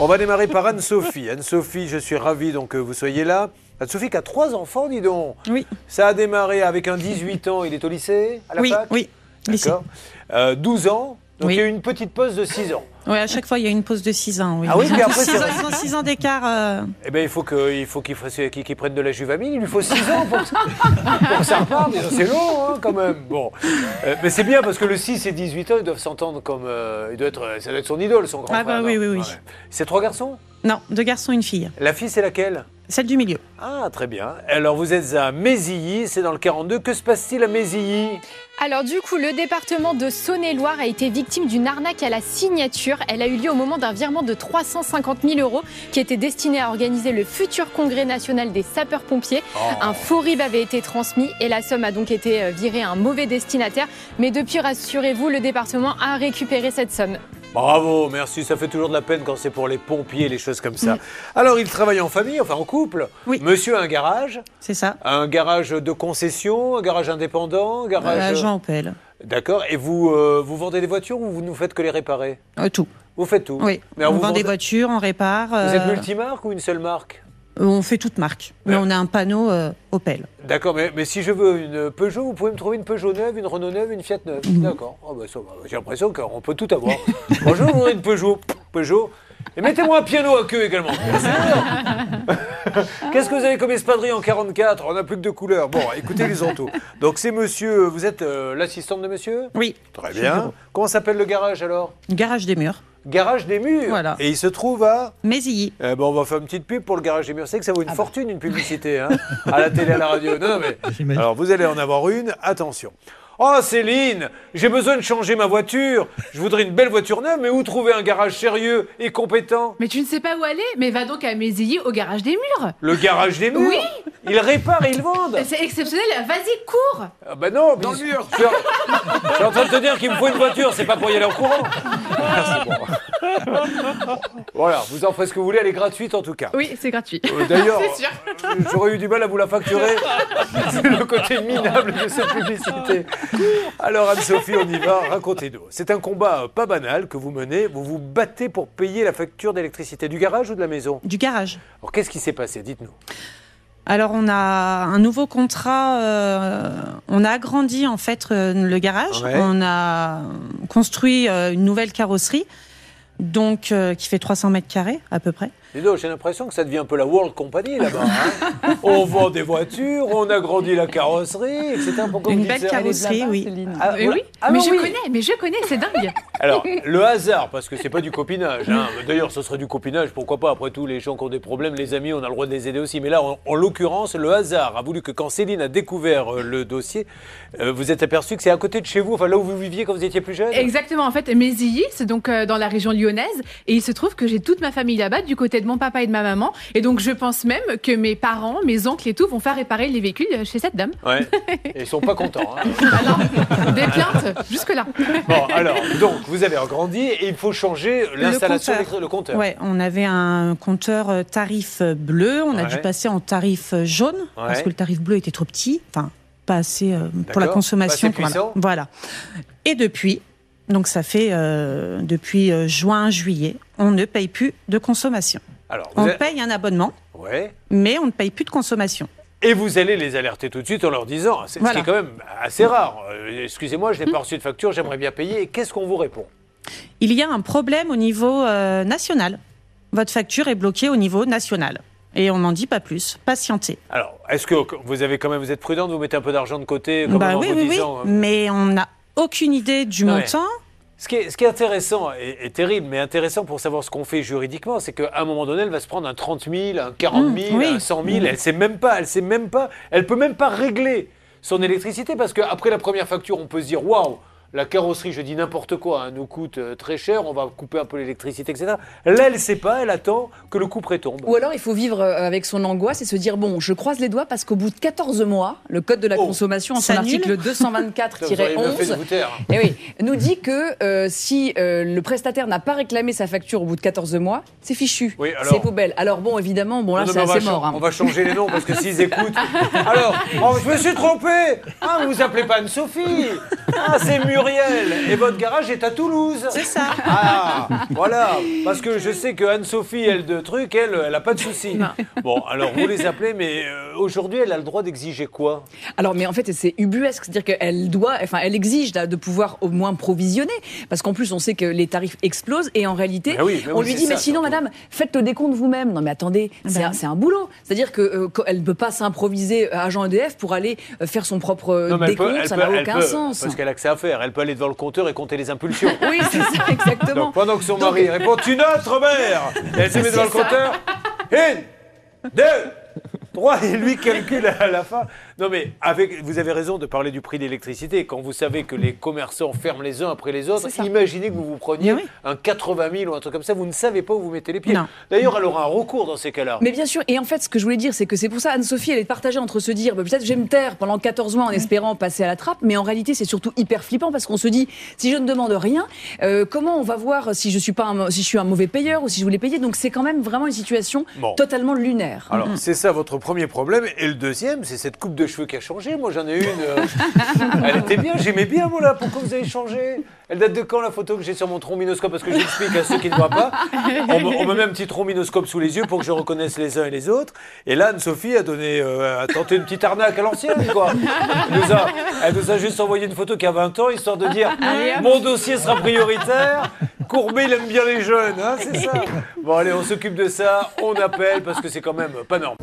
On va démarrer par Anne-Sophie. Anne-Sophie, je suis ravi donc que vous soyez là. Anne-Sophie qui a trois enfants, dis donc. Oui, Ça a démarré avec un 18 ans, il est au lycée, à la oui, fac oui. lycée. D'accord. Euh, 12 ans, donc Oui. il y a eu une petite pause de 6 ans. Ouais, à chaque fois, il y a une pause de 6 ans. Oui. Ah oui, mais après, Six c'est- ans, ils ont 6 ans d'écart. euh, Eh bien, il faut que- il faut qu'il fasse- qu'il- qu'il prenne de la juvamine. Il lui faut 6 ans pour que, pour que ça reparte. Dis donc, C'est long, hein, quand même. Bon. Euh, mais c'est bien parce que le 6 et 18 ans, ils doivent s'entendre comme. euh, il doit être, ça doit être son idole, son grand Ah, frère. bah non oui, oui, oui. C'est trois garçons Non, deux garçons, une fille. La fille, c'est laquelle Celle du milieu. Ah, très bien. Alors, vous êtes à Mézilly, c'est dans le 42. Que se passe-t-il à Mézilly Alors du coup, le département de Saône-et-Loire a été victime d'une arnaque à la signature. Elle a eu lieu au moment d'un virement de 350 000 euros qui était destiné à organiser le futur congrès national des sapeurs-pompiers. Ah, Un faux RIB avait été transmis et la somme a donc été euh, virée à un mauvais destinataire. Mais depuis, rassurez-vous, le département a récupéré cette somme. Bravo, merci. Ça fait toujours de la peine quand c'est pour les pompiers, les choses comme ça. Alors, il travaille en famille, enfin en couple. Oui. Monsieur a un garage, C'est ça. un garage de concession, un garage indépendant, un Euh, garage. Jean Opel. D'accord. Et vous, euh, vous vendez des voitures ou vous ne faites que les réparer Euh, tout. Vous faites tout. Oui. Mais on vous vend vendez- des voitures, on répare. Vous êtes euh, multimarque ou une seule marque on fait toute marque. Mais Ouais. on a un panneau euh, Opel. D'accord, mais, mais si je veux une Peugeot, vous pouvez me trouver une Peugeot neuve, une Renault neuve, une Fiat neuve. D'accord. Ah bah ça va. J'ai l'impression qu'on peut tout avoir. Bonjour, je voudrais une Peugeot. Peugeot. Et mettez-moi un piano à queue également. Qu'est-ce que vous avez comme espadrille en 44 On n'a plus que deux couleurs. Bon, écoutez, ils ont tout. Donc c'est monsieur, vous êtes euh, l'assistante de monsieur Oui. Très suis bien. bureau. Comment s'appelle le garage alors Garage des murs. Garage des murs. Voilà. Et il se trouve à Mézilly. eh ben, on va faire une petite pub pour le garage des murs. C'est que ça vaut une fortune, une publicité, hein, à la télé, à la radio. Non, non, mais... Alors, vous allez en avoir une, attention. Oh, Céline, j'ai besoin de changer ma voiture. Je voudrais une belle voiture neuve, mais où trouver un garage sérieux et compétent Mais tu ne sais pas où aller Mais va donc à Mézilly au garage des murs. Le garage des murs Ils réparent et ils vendent C'est exceptionnel, vas-y, cours Ah ben non, dans le mur. Je suis en, je suis en train de te dire qu'il me faut une voiture, c'est pas pour y aller en courant. Ah, c'est bon. voilà, vous en ferez ce que vous voulez, elle est gratuite en tout cas. Oui, c'est gratuit. Euh, D'ailleurs, euh, j'aurais eu du mal à vous la facturer. C'est le côté minable de cette publicité. Alors Anne-Sophie, on y va, racontez-nous. C'est un combat euh, pas banal que vous menez. Vous vous battez pour payer la facture d'électricité du garage ou de la maison. Du garage. Alors qu'est-ce qui s'est passé Dites-nous. Alors on a un nouveau contrat, euh, on a agrandi en fait euh, le garage, Ouais. on a construit euh, une nouvelle carrosserie, donc euh, qui fait 300 mètres carrés à peu près. Dis donc, j'ai l'impression que ça devient un peu la World Company là-bas. hein. on vend des voitures, on agrandit la carrosserie, etc. Pourquoi vous une dites belle ça carrosserie, oui. Ah, Mais voilà. Euh, oui, Ah, mais oui, je oui. connais, mais je connais, c'est dingue. Alors, le hasard, parce que c'est pas du copinage. hein. D'ailleurs, ce serait du copinage, pourquoi pas. Après tout, les gens qui ont des problèmes, les amis, on a le droit de les aider aussi. Mais là, en, en l'occurrence, le hasard a voulu que quand Céline a découvert euh, le dossier, euh, vous êtes aperçu que c'est à côté de chez vous, enfin là où vous viviez quand vous étiez plus jeune. Exactement, en fait, Mézilly, c'est donc euh, dans la région lyonnaise, et il se trouve que j'ai toute ma famille là-bas, du côté de mon papa et de ma maman, et donc je pense même que mes parents, mes oncles et tout vont faire réparer les véhicules euh, chez cette dame. Ouais. Et ils sont pas contents. hein. Alors, des plaintes, jusque-là. Bon, alors, donc, vous avez agrandi et il faut changer l'installation, compteur. électri- le compteur. Ouais, on avait un compteur euh, tarif euh, bleu, on a Ouais. dû passer en tarif euh, jaune parce Ouais. que le tarif bleu était trop petit, enfin pas assez euh, pour la D'accord, consommation. pas assez voilà. Voilà. Et depuis, donc ça fait euh, depuis euh, juin juillet, on ne paye plus de consommation. Alors, vous On êtes- paye un abonnement. Ouais. mais on ne paye plus de consommation. Et vous allez les alerter tout de suite en leur disant, c'est ce Voilà. qui est quand même assez rare. Euh, Excusez-moi, je n'ai pas reçu de facture, j'aimerais bien payer. Et qu'est-ce qu'on vous répond Il y a un problème au niveau euh, national. Votre facture est bloquée au niveau national. Et on n'en dit pas plus. Patientez. Alors, est-ce que vous avez quand même, vous êtes prudente, vous mettez un peu d'argent de côté, quand même, Bah en oui, vous oui, oui. disant, euh, Mais on n'a aucune idée du Ah Ouais. montant. Ce qui est, ce qui est intéressant et, et terrible, mais intéressant pour savoir ce qu'on fait juridiquement, c'est qu'à un moment donné, elle va se prendre un 30 000, un 40 000, Mmh, oui. un 100 000. Elle sait même pas, elle sait même pas, elle peut même pas régler son électricité parce qu'après la première facture, on peut se dire waouh. La carrosserie, je dis n'importe quoi, hein, nous coûte euh, très cher, on va couper un peu l'électricité, etc. Là, elle sait pas, elle attend que le coup prétombe. Ou alors il faut vivre euh, avec son angoisse et se dire bon, je croise les doigts parce qu'au bout de 14 mois, le code de la Oh, consommation, en son s'annule. article Putain, vous auriez bien fait de 224-11, vous taire. hein. eh oui, nous dit que euh, si euh, le prestataire n'a pas réclamé sa facture au bout de 14 mois, c'est fichu, Oui, alors- c'est poubelle. Alors bon, évidemment, bon là, Non, c'est mais on va assez cha- mort. hein. On va changer les noms parce que s'ils écoutent. Alors, oh, je me suis trompé. Ah, vous vous appelez pas Anne-Sophie. Ah, c'est mur Muriel, et votre garage est à Toulouse. C'est ça. Ah, voilà. Parce que je sais que Anne-Sophie, elle, de truc, elle, elle a pas de soucis. Bon, alors vous les appelez, mais euh, aujourd'hui, elle a le droit d'exiger quoi Alors, mais en fait, c'est ubuesque, c'est-à-dire qu'elle doit, enfin, elle exige là, de pouvoir au moins provisionner, parce qu'en plus, on sait que les tarifs explosent, et en réalité, Ben oui, ben on oui, lui c'est dit, ça, mais sinon, surtout. madame, faites le décompte vous-même. Non, mais attendez, c'est Ben. un, c'est un boulot. C'est-à-dire qu'elle ne peut pas s'improviser agent EDF pour aller euh, faire son propre euh, mais décompte, ça n'a elle aucun peut, sens. Parce qu'elle a que ça à faire. Elle peut aller devant le compteur et compter les impulsions. Oui, c'est ça, exactement. Donc pendant que son mari répond Tu notes, Robert Et elle se met devant le compteur. Une, deux, trois, et lui calcule à la fin. Non, mais avec, vous avez raison de parler du prix de l'électricité. Quand vous savez que les commerçants ferment les uns après les autres, C'est ça. imaginez que vous vous preniez Mais oui. un 80 000 ou un truc comme ça, vous ne savez pas où vous mettez les pieds. Non. D'ailleurs, elle aura un recours dans ces cas-là. Mais bien sûr, et en fait, ce que je voulais dire, c'est que c'est pour ça, Anne-Sophie, elle est partagée entre se dire, bah, peut-être je vais me taire pendant 14 Mm. mois en espérant passer à la trappe, mais en réalité, c'est surtout hyper flippant parce qu'on se dit, si je ne demande rien, euh, comment on va voir si je suis pas, un, si je suis un mauvais payeur ou si je voulais payer Donc c'est quand même vraiment une situation Bon. totalement lunaire. Alors, c'est ça votre premier problème. Et le deuxième, c'est cette coupe de cheveux qui a changé. Moi, j'en ai une. euh, elle était bien, j'aimais bien, moi, là. Pourquoi vous avez changé Elle date de quand, la photo que j'ai sur mon trombinoscope Parce que j'explique à ceux qui ne voient pas. On, me- on me met un petit trombinoscope sous les yeux pour que je reconnaisse les uns et les autres. Et là, Anne-Sophie a donné, euh, a tenté une petite arnaque à l'ancienne, quoi. Elle nous, a, elle nous a juste envoyé une photo qui a 20 ans, histoire de dire Mon dossier sera prioritaire. Courbet, il aime bien les jeunes, hein, c'est ça. Bon, allez, on s'occupe de ça, on appelle, parce que c'est quand même pas normal.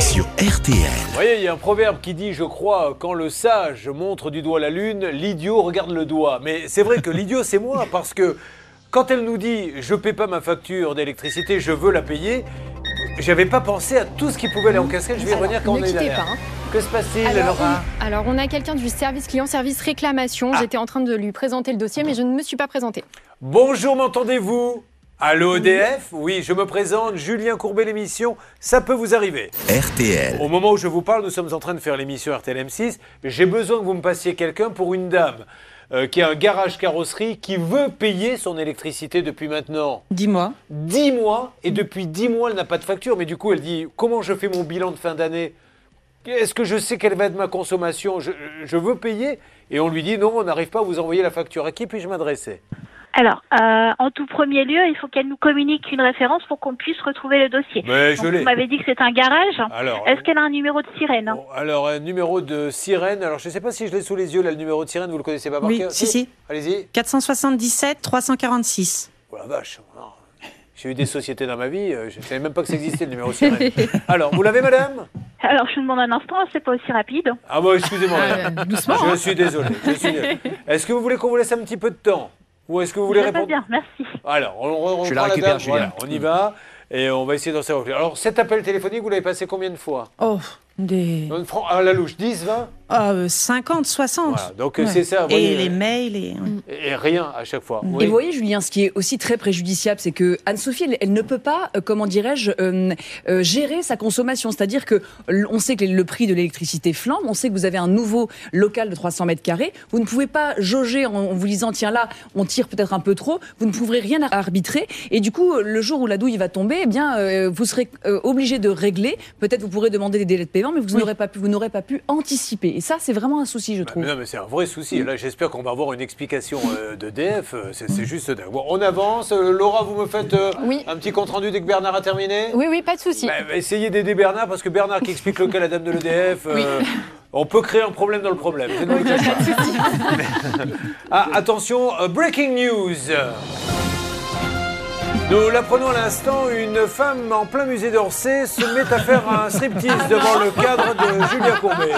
sur RTL. Vous voyez, il y a un proverbe qui dit, je crois, quand le sage montre du doigt la lune, l'idiot regarde le doigt. Mais c'est vrai que l'idiot, c'est moi, parce que quand elle nous dit, je paie pas ma facture d'électricité, je veux la payer, j'avais pas pensé à tout ce qui pouvait aller en cascade. Je vais y Alors, revenir quand ne on est quittez là. pas, hein. Que se passe-t-il, Alors, Laura on, alors, on a quelqu'un du service client service réclamation. J'étais en train de lui présenter le dossier, mais je ne me suis pas présentée. Bonjour, m'entendez-vous Allô, EDF Oui, je me présente, Julien Courbet, l'émission, ça peut vous arriver. RTL. Au moment où je vous parle, nous sommes en train de faire l'émission RTLM6. J'ai besoin que vous me passiez quelqu'un pour une dame euh, qui a un garage carrosserie qui veut payer son électricité depuis maintenant Dis-moi. 10 mois. Et depuis 10 mois, elle n'a pas de facture. Mais du coup, elle dit Comment je fais mon bilan de fin d'année Est-ce que je sais quelle va être ma consommation je, je veux payer. Et on lui dit Non, on n'arrive pas à vous envoyer la facture. À qui puis-je m'adresser Alors, euh, en tout premier lieu, il faut qu'elle nous communique une référence pour qu'on puisse retrouver le dossier. Mais je Donc, vous l'ai. Ah, m'avez dit que c'est un garage. Alors. Est-ce qu'elle a un numéro de sirène bon, alors, un numéro de sirène. Alors, je ne sais pas si je l'ai sous les yeux, là, le numéro de sirène, vous le connaissez pas par Oui, cœur si, si. Allez-y. 477 346. Oh la vache alors, J'ai eu des sociétés dans ma vie, euh, je ne savais même pas que ça existait le numéro sirène. Alors, vous l'avez, madame Alors, je vous demande un instant, c'est pas aussi rapide. Ah bon, excusez-moi. madame. Euh, doucement. Je suis désolé. je suis désolé. Est-ce que vous voulez qu'on vous laisse un petit peu de temps Ou est-ce que vous voulez Ça va répondre bien, merci. Alors, on, on, on Je la prend récupère, dame, Julien. voilà, on y va. Et on va essayer d'en savoir plus. Alors, cet appel téléphonique, vous l'avez passé combien de fois Oh, des. Une fran- À la louche, 10, 20 Ah, euh, 50, 60. Voilà, donc euh, c'est ça. vous voyez, Et les mails. Et... et rien à chaque fois. Et Oui. vous voyez, Julien, ce qui est aussi très préjudiciable, c'est que Anne-Sophie, elle, elle ne peut pas, euh, comment dirais-je, euh, euh, gérer sa consommation. C'est-à-dire que l- on sait que le prix de l'électricité flambe, on sait que vous avez un nouveau local de 300 mètres carrés. Vous ne pouvez pas jauger en, en vous disant tiens là, on tire peut-être un peu trop. Vous ne pourrez rien arbitrer. Et du coup, le jour où la douille va tomber, eh bien, euh, vous serez euh, obligé de régler. Peut-être vous pourrez demander des délais de paiement, mais vous n'aurez pas pu, vous n'aurez pas pu anticiper. Et ça, c'est vraiment un souci, je Bah, trouve. mais non, mais c'est un vrai souci. Là, j'espère qu'on va avoir une explication euh, d'EDF. Euh, C'est c'est juste dingue. Bon, on avance. Euh, Laura, vous me faites euh, Oui. un petit compte-rendu dès que Bernard a terminé Oui, oui, pas de souci. Bah, bah, essayez d'aider Bernard, parce que Bernard qui explique le cas à la dame de l'EDF. On peut créer un problème dans le problème. C'est normal que ça. Ah, attention, euh, breaking news. Nous l'apprenons à l'instant, une femme en plein musée d'Orsay se met à faire un Ah, striptease devant le cadre de Julien Courbet.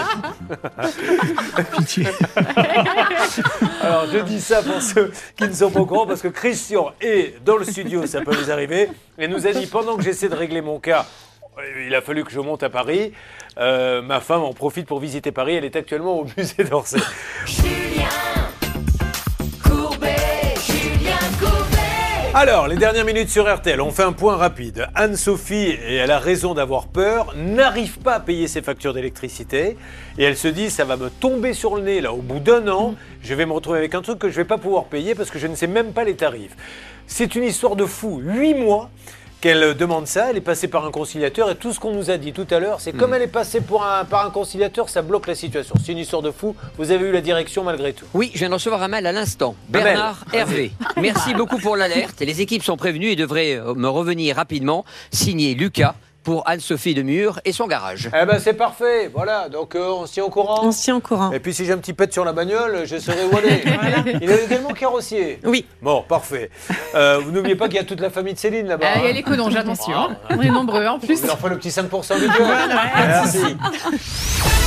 Pitié. Alors, je dis ça pour ceux qui ne sont pas au courant, parce que Christian est dans le studio, ça peut vous arriver, et nous a dit, pendant que j'essaie de régler mon cas, euh, il a fallu que je monte à Paris, euh, ma femme en profite pour visiter Paris, elle est actuellement au musée d'Orsay. Alors, les dernières minutes sur RTL, on fait un point rapide. Anne-Sophie, et elle a raison d'avoir peur, n'arrive pas à payer ses factures d'électricité. Et elle se dit, ça va me tomber sur le nez, là, au bout d'un an, je vais me retrouver avec un truc que je ne vais pas pouvoir payer parce que je ne sais même pas les tarifs. C'est une histoire de fou. Huit mois qu'elle demande ça, elle est passée par un conciliateur et tout ce qu'on nous a dit tout à l'heure, c'est comme elle est passée pour un, par un conciliateur, ça bloque la situation. C'est une histoire de fou, vous avez eu la direction malgré tout. Oui, je viens de recevoir un mail à l'instant. mail. Bernard Hervé. Merci beaucoup pour l'alerte. Les équipes sont prévenues et devraient euh, me revenir rapidement. Signé Lucas pour Anne-Sophie Demure et son garage. Eh ben c'est parfait, voilà, donc euh, on se tient au courant. On se tient au courant. Et puis si j'ai un petit pet sur la bagnole, je saurai où aller. Il est également carrossier. Oui. Bon, parfait. Euh, vous n'oubliez pas qu'il y a toute la famille de Céline là-bas. Ah, Il y a hein. les codonges, attention. On est nombreux en plus. On leur fait le petit 5% du Dieu. Merci.